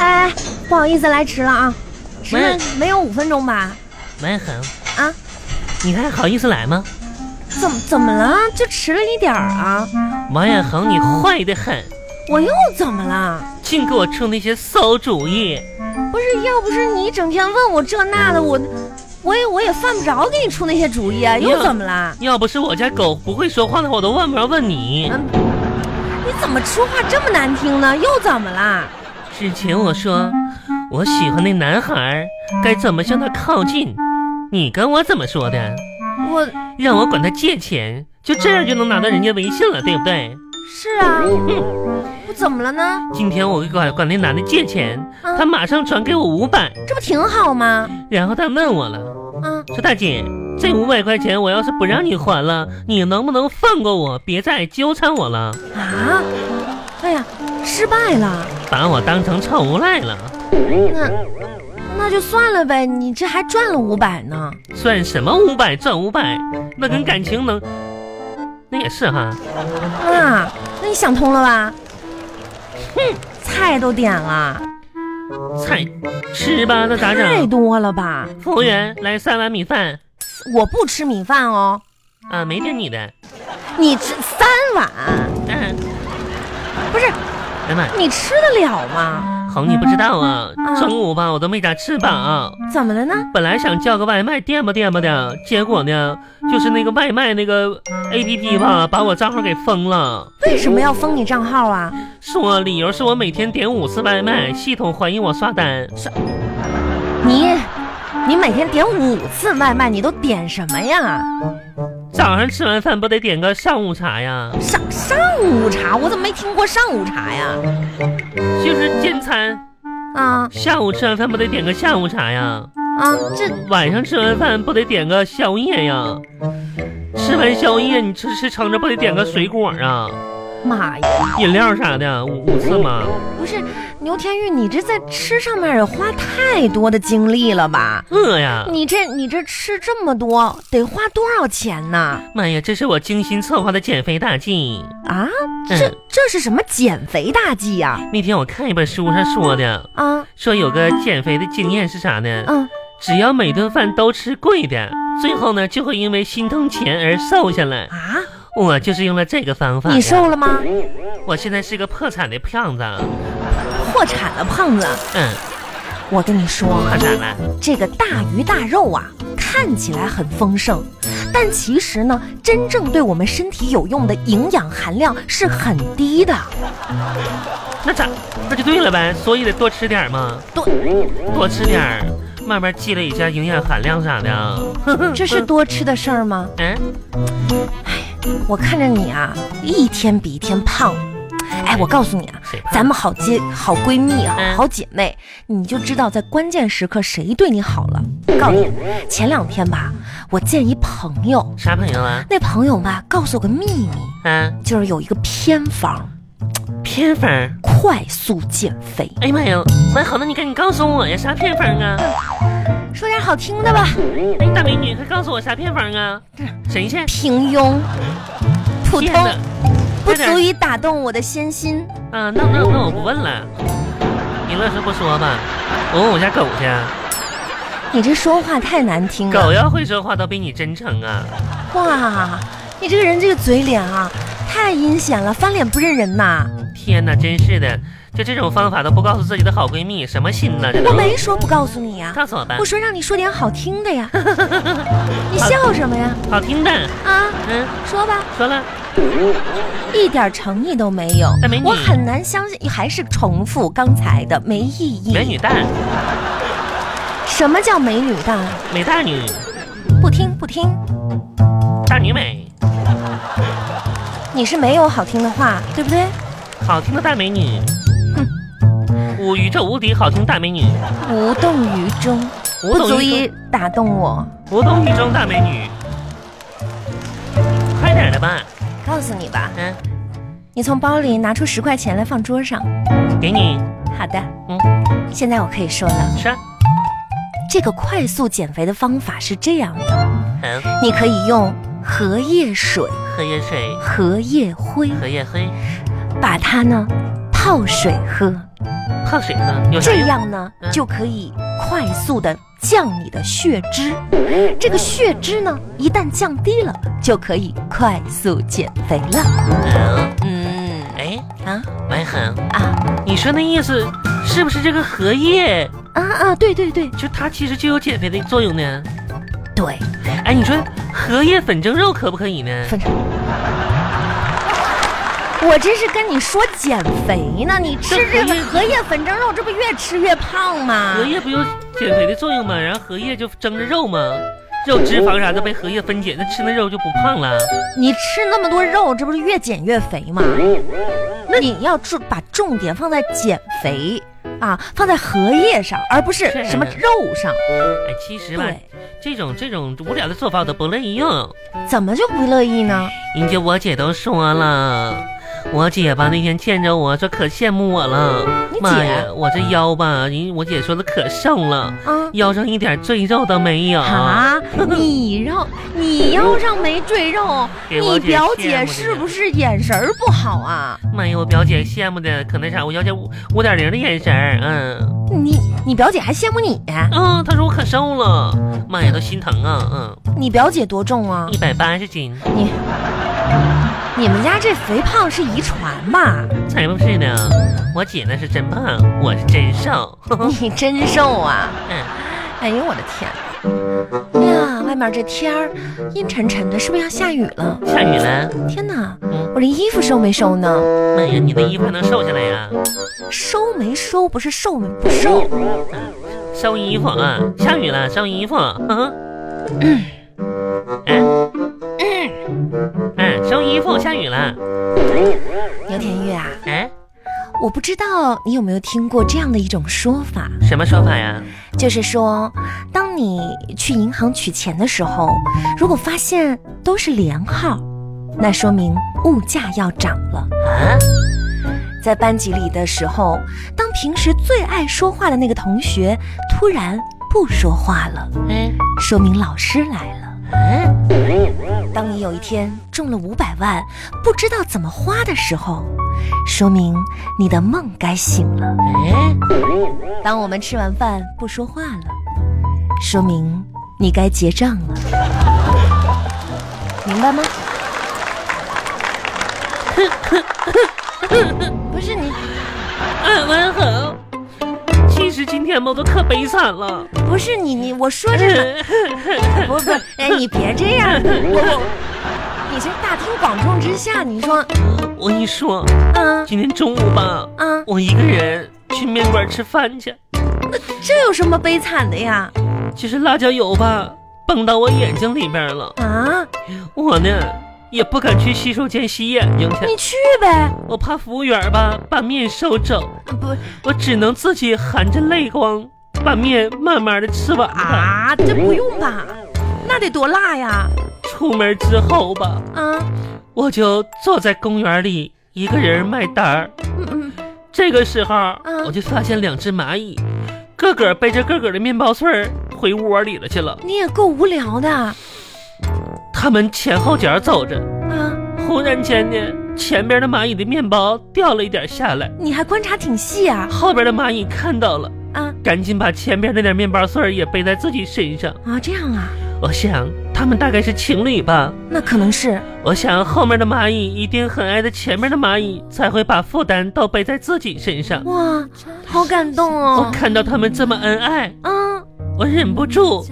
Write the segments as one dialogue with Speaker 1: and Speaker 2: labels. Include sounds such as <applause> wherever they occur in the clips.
Speaker 1: 哎不好意思，来迟了啊。十
Speaker 2: 喂
Speaker 1: 分没有五分钟吧？
Speaker 2: 喂，恒，
Speaker 1: 啊，
Speaker 2: 你还好意思来吗？
Speaker 1: 怎么怎么了？就迟了一点儿啊。
Speaker 2: 王彦恒，你坏得很，
Speaker 1: 我又怎么了？
Speaker 2: 净给我出那些馊主意。
Speaker 1: 不是，要不是你整天问我这那的，我我也我也犯不着给你出那些主意啊。
Speaker 2: 哎呀
Speaker 1: 又怎么了？
Speaker 2: 要不是我家狗不会说话的话，我都问不着问你。
Speaker 1: 嗯，你怎么说话这么难听呢？又怎么了？
Speaker 2: 之前我说我喜欢那男孩儿，该怎么向他靠近？你跟我怎么说的？
Speaker 1: 我
Speaker 2: 让我管他借钱，就这样就能拿到人家微信了，对不对？
Speaker 1: 是啊，我怎么了呢？
Speaker 2: 今天我管管那男的借钱，
Speaker 1: 啊
Speaker 2: 他，马上转给我五百，
Speaker 1: 这不挺好吗？
Speaker 2: 然后他问我了，
Speaker 1: 啊，
Speaker 2: 说大姐，这五百块钱我要是不让你还了，你能不能放过我，别再纠缠我了，
Speaker 1: 啊！哎呀，失败了，
Speaker 2: 把我当成臭无赖了，
Speaker 1: 那那就算了呗。你这还赚了五百呢，
Speaker 2: 算什么五百赚五百，那跟感情能，那也是哈，
Speaker 1: 啊，那你想通了吧？哼，菜都点了，
Speaker 2: 菜吃吧，那咋
Speaker 1: 太
Speaker 2: 整？
Speaker 1: 多了吧？
Speaker 2: 服务员，来三碗米饭
Speaker 1: 我不吃米饭哦，
Speaker 2: 啊，没点你的，
Speaker 1: 你吃三碗，
Speaker 2: 嗯、
Speaker 1: 不是
Speaker 2: 哎呀妈呀，
Speaker 1: 你吃得了吗？
Speaker 2: 红你不知道啊
Speaker 1: 啊，
Speaker 2: 中午吧我都没咋吃饱、
Speaker 1: 怎么了呢？
Speaker 2: 本来想叫个外卖垫吧垫吧的，结果呢，就是那个外卖那个 A P P 吧，把我账号给封了，
Speaker 1: 为什么要封你账号啊？
Speaker 2: 说理由是我每天点五次外卖，系统怀疑我刷单。
Speaker 1: 你你每天点五次外卖，你都点什么呀？
Speaker 2: 早上吃完饭不得点个上午茶呀，
Speaker 1: 上上午茶，我怎么没听过上午茶呀？
Speaker 2: 就是兼餐。
Speaker 1: 啊
Speaker 2: 下午吃完饭不得点个下午茶呀，
Speaker 1: 啊，这
Speaker 2: 晚上吃完饭不得点个宵夜呀，吃完宵夜你吃吃撑着不得点个水果啊，
Speaker 1: 妈呀，
Speaker 2: 饮料啥的五五次嘛。
Speaker 1: 不是牛天玉，你这在吃上面也花太多的精力了吧？
Speaker 2: 饿呀！
Speaker 1: 你这你这吃这么多，得花多少钱呢？
Speaker 2: 妈呀，这是我精心策划的减肥大计。
Speaker 1: 啊，这
Speaker 2: 嗯，
Speaker 1: 这是什么减肥大计呀、
Speaker 2: 那天我看一本书上说的，
Speaker 1: 啊？
Speaker 2: 说有个减肥的经验是啥呢？
Speaker 1: 嗯
Speaker 2: 只要每顿饭都吃贵的，最后呢就会因为心疼钱而瘦下来。
Speaker 1: 啊
Speaker 2: 我就是用了这个方法。
Speaker 1: 你瘦？了吗？
Speaker 2: 我现在是个破产的胖子。
Speaker 1: 破产了，胖子！
Speaker 2: 嗯，
Speaker 1: 我跟你说，
Speaker 2: 破产了。
Speaker 1: 这个大鱼大肉啊，看起来很丰盛，但其实呢，真正对我们身体有用的营养含量是很低的。
Speaker 2: 那咋？那就对了呗。所以得多吃点儿嘛，
Speaker 1: 多，
Speaker 2: 多吃点儿，慢慢积累一下营养含量啥的。
Speaker 1: <laughs> 这是多吃的事儿吗？
Speaker 2: <laughs> 嗯，
Speaker 1: 我看着你啊，一天比一天胖。哎，我告诉你啊，
Speaker 2: 谁胖？
Speaker 1: 咱们好姐、好闺蜜啊，
Speaker 2: 嗯
Speaker 1: 好姐妹，你就知道在关键时刻谁对你好了。告诉你，前两天吧，我见一朋友，
Speaker 2: 啥朋友啊？
Speaker 1: 那朋友吧告诉我个秘密，
Speaker 2: 啊，
Speaker 1: 就是有一个偏方，
Speaker 2: 偏方儿。
Speaker 1: 快速减肥。
Speaker 2: 哎呀妈呀，那好，那你赶紧告诉我呀，啥偏方啊？
Speaker 1: 说点好听的吧，
Speaker 2: 哎，大美女，快告诉我啥偏方啊？神仙，
Speaker 1: 平庸、普
Speaker 2: 骗
Speaker 1: 通，
Speaker 2: 子，
Speaker 1: 不
Speaker 2: 快点
Speaker 1: 足以打动我的仙心。
Speaker 2: 啊，那那那我不问了。你乐是不说吧？我问我家狗去，啊
Speaker 1: 你这说话太难听了，
Speaker 2: 狗要会说话都比你真诚啊。
Speaker 1: 哇，你这个人这个嘴脸啊，太阴险了，翻脸不认人呐！
Speaker 2: 天哪，真是的，就这种方法都不告诉自己的好闺蜜，什么心呢？这
Speaker 1: 我
Speaker 2: 都
Speaker 1: 没说不告诉你呀、
Speaker 2: 告诉我吧
Speaker 1: 我，说让你说点好听的呀， <laughs> 你笑什么呀？
Speaker 2: 好听的，
Speaker 1: 啊，
Speaker 2: 嗯，
Speaker 1: 说吧，
Speaker 2: 说了，
Speaker 1: 一点诚意都没有
Speaker 2: 哎大美，女
Speaker 1: 我很难相信，还是重复刚才的，没意
Speaker 2: 美
Speaker 1: 义。
Speaker 2: 女蛋，
Speaker 1: 什么叫美女大？
Speaker 2: 美大女，
Speaker 1: 不听不听，
Speaker 2: 大女美，
Speaker 1: 你是没有好听的话，对不对？
Speaker 2: 好听的大美女，我宇宙无敌好听大美女，
Speaker 1: 无动于衷，
Speaker 2: 无
Speaker 1: 不
Speaker 2: 动于
Speaker 1: 足
Speaker 2: 衷
Speaker 1: 以打动我。
Speaker 2: 无动于衷大美女，快点的吧，
Speaker 1: 告诉你吧，
Speaker 2: 嗯，
Speaker 1: 你从包里拿出十块钱来放桌上。
Speaker 2: 给你
Speaker 1: 好的，
Speaker 2: 嗯
Speaker 1: 嗯，现在我可以说了，
Speaker 2: 吃，
Speaker 1: 这个快速减肥的方法是这样的，
Speaker 2: 嗯，
Speaker 1: 你可以用荷叶水、
Speaker 2: 喝热水，
Speaker 1: 荷叶灰
Speaker 2: 荷叶灰，
Speaker 1: 把它呢泡水喝，
Speaker 2: 怕谁呢？有啥
Speaker 1: 这
Speaker 2: 用？
Speaker 1: 样呢
Speaker 2: 嗯
Speaker 1: 就可以快速的降你的血脂。这个血脂呢，一旦降低了，就可以快速减肥了。嗯
Speaker 2: 哎，
Speaker 1: 啊
Speaker 2: 白恒，
Speaker 1: 啊
Speaker 2: 你说那意思是不是这个荷叶
Speaker 1: 啊啊！对对对
Speaker 2: 就它其实就有减肥的作用呢？
Speaker 1: 对，
Speaker 2: 哎，你说荷叶粉蒸肉可不可以呢？
Speaker 1: 分手。我这是跟你说减肥呢，你吃这个荷叶粉蒸肉，这不越吃越胖吗？
Speaker 2: 荷叶不有减肥的作用吗？然后荷叶就蒸着肉嘛，肉脂肪啥的被荷叶分解，那吃那肉就不胖了。哎
Speaker 1: 你吃那么多肉，这不是越减越肥吗？那你要注把重点放在减肥啊，放在荷叶上，而不是
Speaker 2: 是
Speaker 1: 什么肉上。
Speaker 2: 哎，其实吧，
Speaker 1: 对，
Speaker 2: 这种这种无聊的做法我都不乐意用。
Speaker 1: 怎么就不乐意呢？
Speaker 2: 人家我姐都说了，
Speaker 1: 嗯
Speaker 2: 我姐吧那天见着我说可羡慕我了
Speaker 1: 你。
Speaker 2: 妈
Speaker 1: 姐
Speaker 2: 呀，我这腰吧，人我姐说的可瘦了，
Speaker 1: 啊
Speaker 2: 腰上一点赘肉都没有。
Speaker 1: 啊！你让你腰上没赘肉，
Speaker 2: 给我
Speaker 1: 你
Speaker 2: 姐
Speaker 1: 表
Speaker 2: 羡
Speaker 1: 姐
Speaker 2: 慕的
Speaker 1: 是不是眼神儿不好啊？
Speaker 2: 妈呀，我表姐羡慕的可那啥，我表姐五五点零的眼神儿，嗯
Speaker 1: 你你表姐还羡慕你？
Speaker 2: 嗯，她说我可瘦了，妈呀，都心疼啊，
Speaker 1: 你表姐多重啊
Speaker 2: 嗯，一？百八十斤，
Speaker 1: 你你们家这肥胖是遗传 <laughs> 吧？
Speaker 2: 才不是呢，我姐那是真胖，我是真瘦，
Speaker 1: 你真瘦啊！
Speaker 2: 嗯，
Speaker 1: 哎呦我的天！哎呀，外面这天儿阴沉沉的，是不是要下雨了？
Speaker 2: 下雨了，
Speaker 1: 天哪
Speaker 2: 嗯，
Speaker 1: 我这衣服收没收呢？
Speaker 2: 妈呀，你的衣服还能瘦下来呀、
Speaker 1: 收没收不是瘦没不瘦，
Speaker 2: 收衣服啊！下雨了，收衣服。嗯，哎，嗯，收衣服，下雨了。
Speaker 1: 牛田玉啊，
Speaker 2: 哎，
Speaker 1: 我不知道你有没有听过这样的一种说法，
Speaker 2: 什么说法呀？
Speaker 1: 就是说，当你去银行取钱的时候，如果发现都是连号，那说明物价要涨了。
Speaker 2: 啊，
Speaker 1: 在班级里的时候，当平时最爱说话的那个同学突然不说话了，
Speaker 2: 哎，
Speaker 1: 说明老师来了。
Speaker 2: 哎，
Speaker 1: 当你有一天中了五百万，不知道怎么花的时候，说明你的梦该醒了。
Speaker 2: 哎，
Speaker 1: 当我们吃完饭不说话了，说明你该结账了，明白吗？不是你，
Speaker 2: 哎，文恒，嗯其实今天吧，我都可悲惨了。 <laughs>
Speaker 1: 不是你，你我说这个。不是不是，哎，你别这样，我我，你这大庭广众之下，你说，
Speaker 2: 我跟你说，
Speaker 1: 啊
Speaker 2: 今天中午吧，
Speaker 1: 啊，
Speaker 2: 我一个人去面馆吃饭去，
Speaker 1: 这有什么悲惨的呀？
Speaker 2: 就是辣椒油吧，蹦到我眼睛里边了。
Speaker 1: 啊，
Speaker 2: 我呢，也不敢去洗手间洗眼睛去。
Speaker 1: 你去呗，
Speaker 2: 我怕服务员吧把面收走，
Speaker 1: 不
Speaker 2: 我只能自己含着泪光把面慢慢的吃完它。
Speaker 1: 啊，这不用吧？那得多辣呀？
Speaker 2: 出门之后吧，
Speaker 1: 啊，
Speaker 2: 我就坐在公园里一个人卖单儿。
Speaker 1: 嗯嗯，
Speaker 2: 这个时候，
Speaker 1: 嗯
Speaker 2: 我就发现两只蚂蚁，个个背着个个的面包穗儿回窝里了去了。
Speaker 1: 你也够无聊的啊！
Speaker 2: 它们前后脚走着，忽然间呢，前边的蚂蚁的面包掉了一点下来，
Speaker 1: 你还观察挺细啊
Speaker 2: 后边的蚂蚁看到了，
Speaker 1: 啊
Speaker 2: 赶紧把前边那点面包穗儿也背在自己身上。
Speaker 1: 啊，这样啊？
Speaker 2: 我想他们大概是情侣吧。
Speaker 1: 那可能是
Speaker 2: 我想后面的蚂蚁一定很爱的前面的蚂蚁，才会把负担都背在自己身上。
Speaker 1: 哇，好感动
Speaker 2: 我
Speaker 1: 哦！
Speaker 2: 看到他们这么恩爱，
Speaker 1: 啊，
Speaker 2: 我忍不住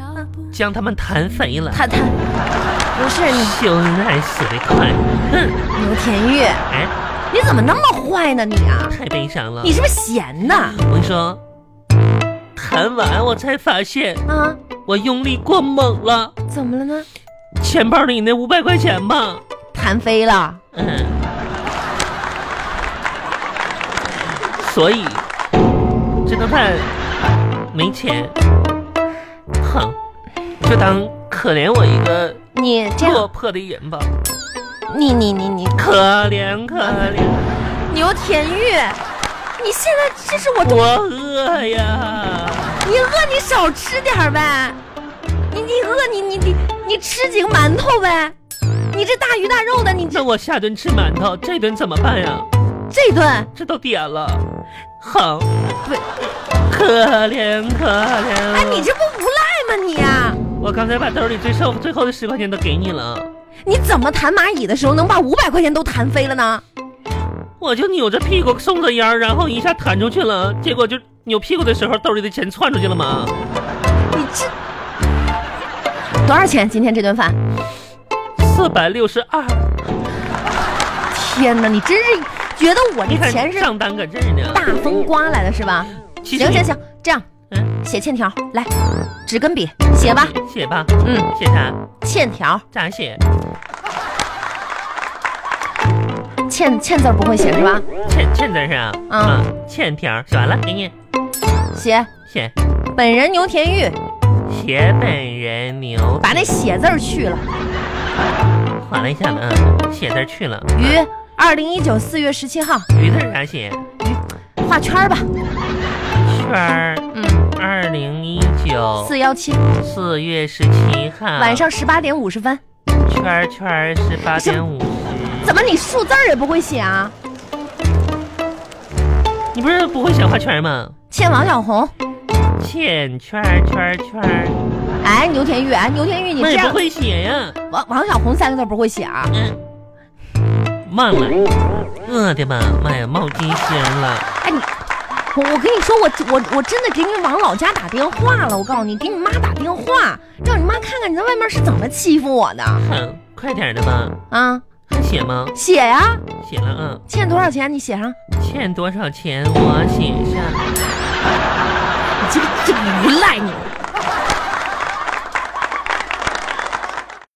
Speaker 2: 将他们弹飞了。
Speaker 1: 他他不是你
Speaker 2: 秀恩爱死得快，哼！
Speaker 1: 牛田玉，
Speaker 2: 哎，
Speaker 1: 你怎么那么坏呢你啊？
Speaker 2: 太悲伤了
Speaker 1: 你。是不是闲的啊？
Speaker 2: 我跟你说，弹完我才发现我用力过猛了，
Speaker 1: 啊怎么了呢？
Speaker 2: 钱包里那五百块钱吧，
Speaker 1: 弹飞了？
Speaker 2: 嗯，所以这顿饭没钱，哼，就当可怜我一个
Speaker 1: 你这
Speaker 2: 落
Speaker 1: 样，
Speaker 2: 魄的人吧，
Speaker 1: 你你你你，
Speaker 2: 可怜可怜，
Speaker 1: 牛田玉，你现在这是我
Speaker 2: 我饿呀！
Speaker 1: 你饿你少吃点儿呗，你你饿你你你你吃几个馒头呗，你这大鱼大肉的，你这
Speaker 2: 那我下顿吃馒头，这顿怎么办呀？
Speaker 1: 这顿哎
Speaker 2: 这都点了，哼，
Speaker 1: 不，
Speaker 2: 可怜可怜我。
Speaker 1: 哎，你这不无赖吗你、啊？
Speaker 2: 我刚才把兜里最剩最后的十块钱都给你了，
Speaker 1: 你怎么弹蚂蚁的时候能把五百块钱都弹飞了呢？
Speaker 2: 我就扭着屁股送着烟儿，然后一下弹出去了，结果就扭屁股的时候兜里的钱窜出去了嘛。
Speaker 1: 你这多少钱？今天这顿饭？
Speaker 2: 四百六十二，
Speaker 1: 天哪，你真是觉得我
Speaker 2: 你
Speaker 1: 这
Speaker 2: 看
Speaker 1: 钱是
Speaker 2: 账单搁这儿呢。
Speaker 1: 大风刮来的是吧？
Speaker 2: 其实
Speaker 1: 行
Speaker 2: 你
Speaker 1: 行，行，这样
Speaker 2: 嗯，
Speaker 1: 写欠条，来，纸跟笔写吧。，
Speaker 2: 写吧，
Speaker 1: 嗯，
Speaker 2: 写啥？
Speaker 1: 欠条，
Speaker 2: 咋写？
Speaker 1: 欠欠字儿不会写是吧？
Speaker 2: 欠欠字上
Speaker 1: 嗯
Speaker 2: 啊，欠条写完了，给你
Speaker 1: 写，
Speaker 2: 写
Speaker 1: 本人牛田玉，
Speaker 2: 写本人牛，
Speaker 1: 把那写字儿去了。
Speaker 2: 缓了一下子，嗯，写字去了，
Speaker 1: 于二零一九四月十七号
Speaker 2: 于字咋写？
Speaker 1: 画圈儿吧。
Speaker 2: 圈儿，
Speaker 1: 嗯，
Speaker 2: 二零一九
Speaker 1: 四幺七
Speaker 2: 四月十七号
Speaker 1: 晚上十八点五十分。
Speaker 2: 圈儿圈儿是八
Speaker 1: 是
Speaker 2: 点五十。
Speaker 1: 怎么你数字儿也不会写啊？
Speaker 2: 你不是不会写画圈吗？
Speaker 1: 欠王小红，
Speaker 2: 欠圈儿圈儿圈儿，
Speaker 1: 哎，牛田玉，哎，牛田玉，你
Speaker 2: 那
Speaker 1: 这
Speaker 2: 也不
Speaker 1: 样，
Speaker 2: 会写呀。
Speaker 1: 王王小红三个字不会写啊？
Speaker 2: 嗯，忘了，我的妈妈呀，冒金星了。
Speaker 1: 哎，你，我我跟你说，我我我真的给你往老家打电话了，我告诉你，给你妈打电话，让你妈看看你在外面是怎么欺负我的
Speaker 2: 哼，嗯快点的吧，
Speaker 1: 啊！
Speaker 2: 还写吗？
Speaker 1: 写呀、
Speaker 2: 写了啊，
Speaker 1: 欠多少钱你写上，
Speaker 2: 欠多少钱我写上。
Speaker 1: 你这个这个无赖你。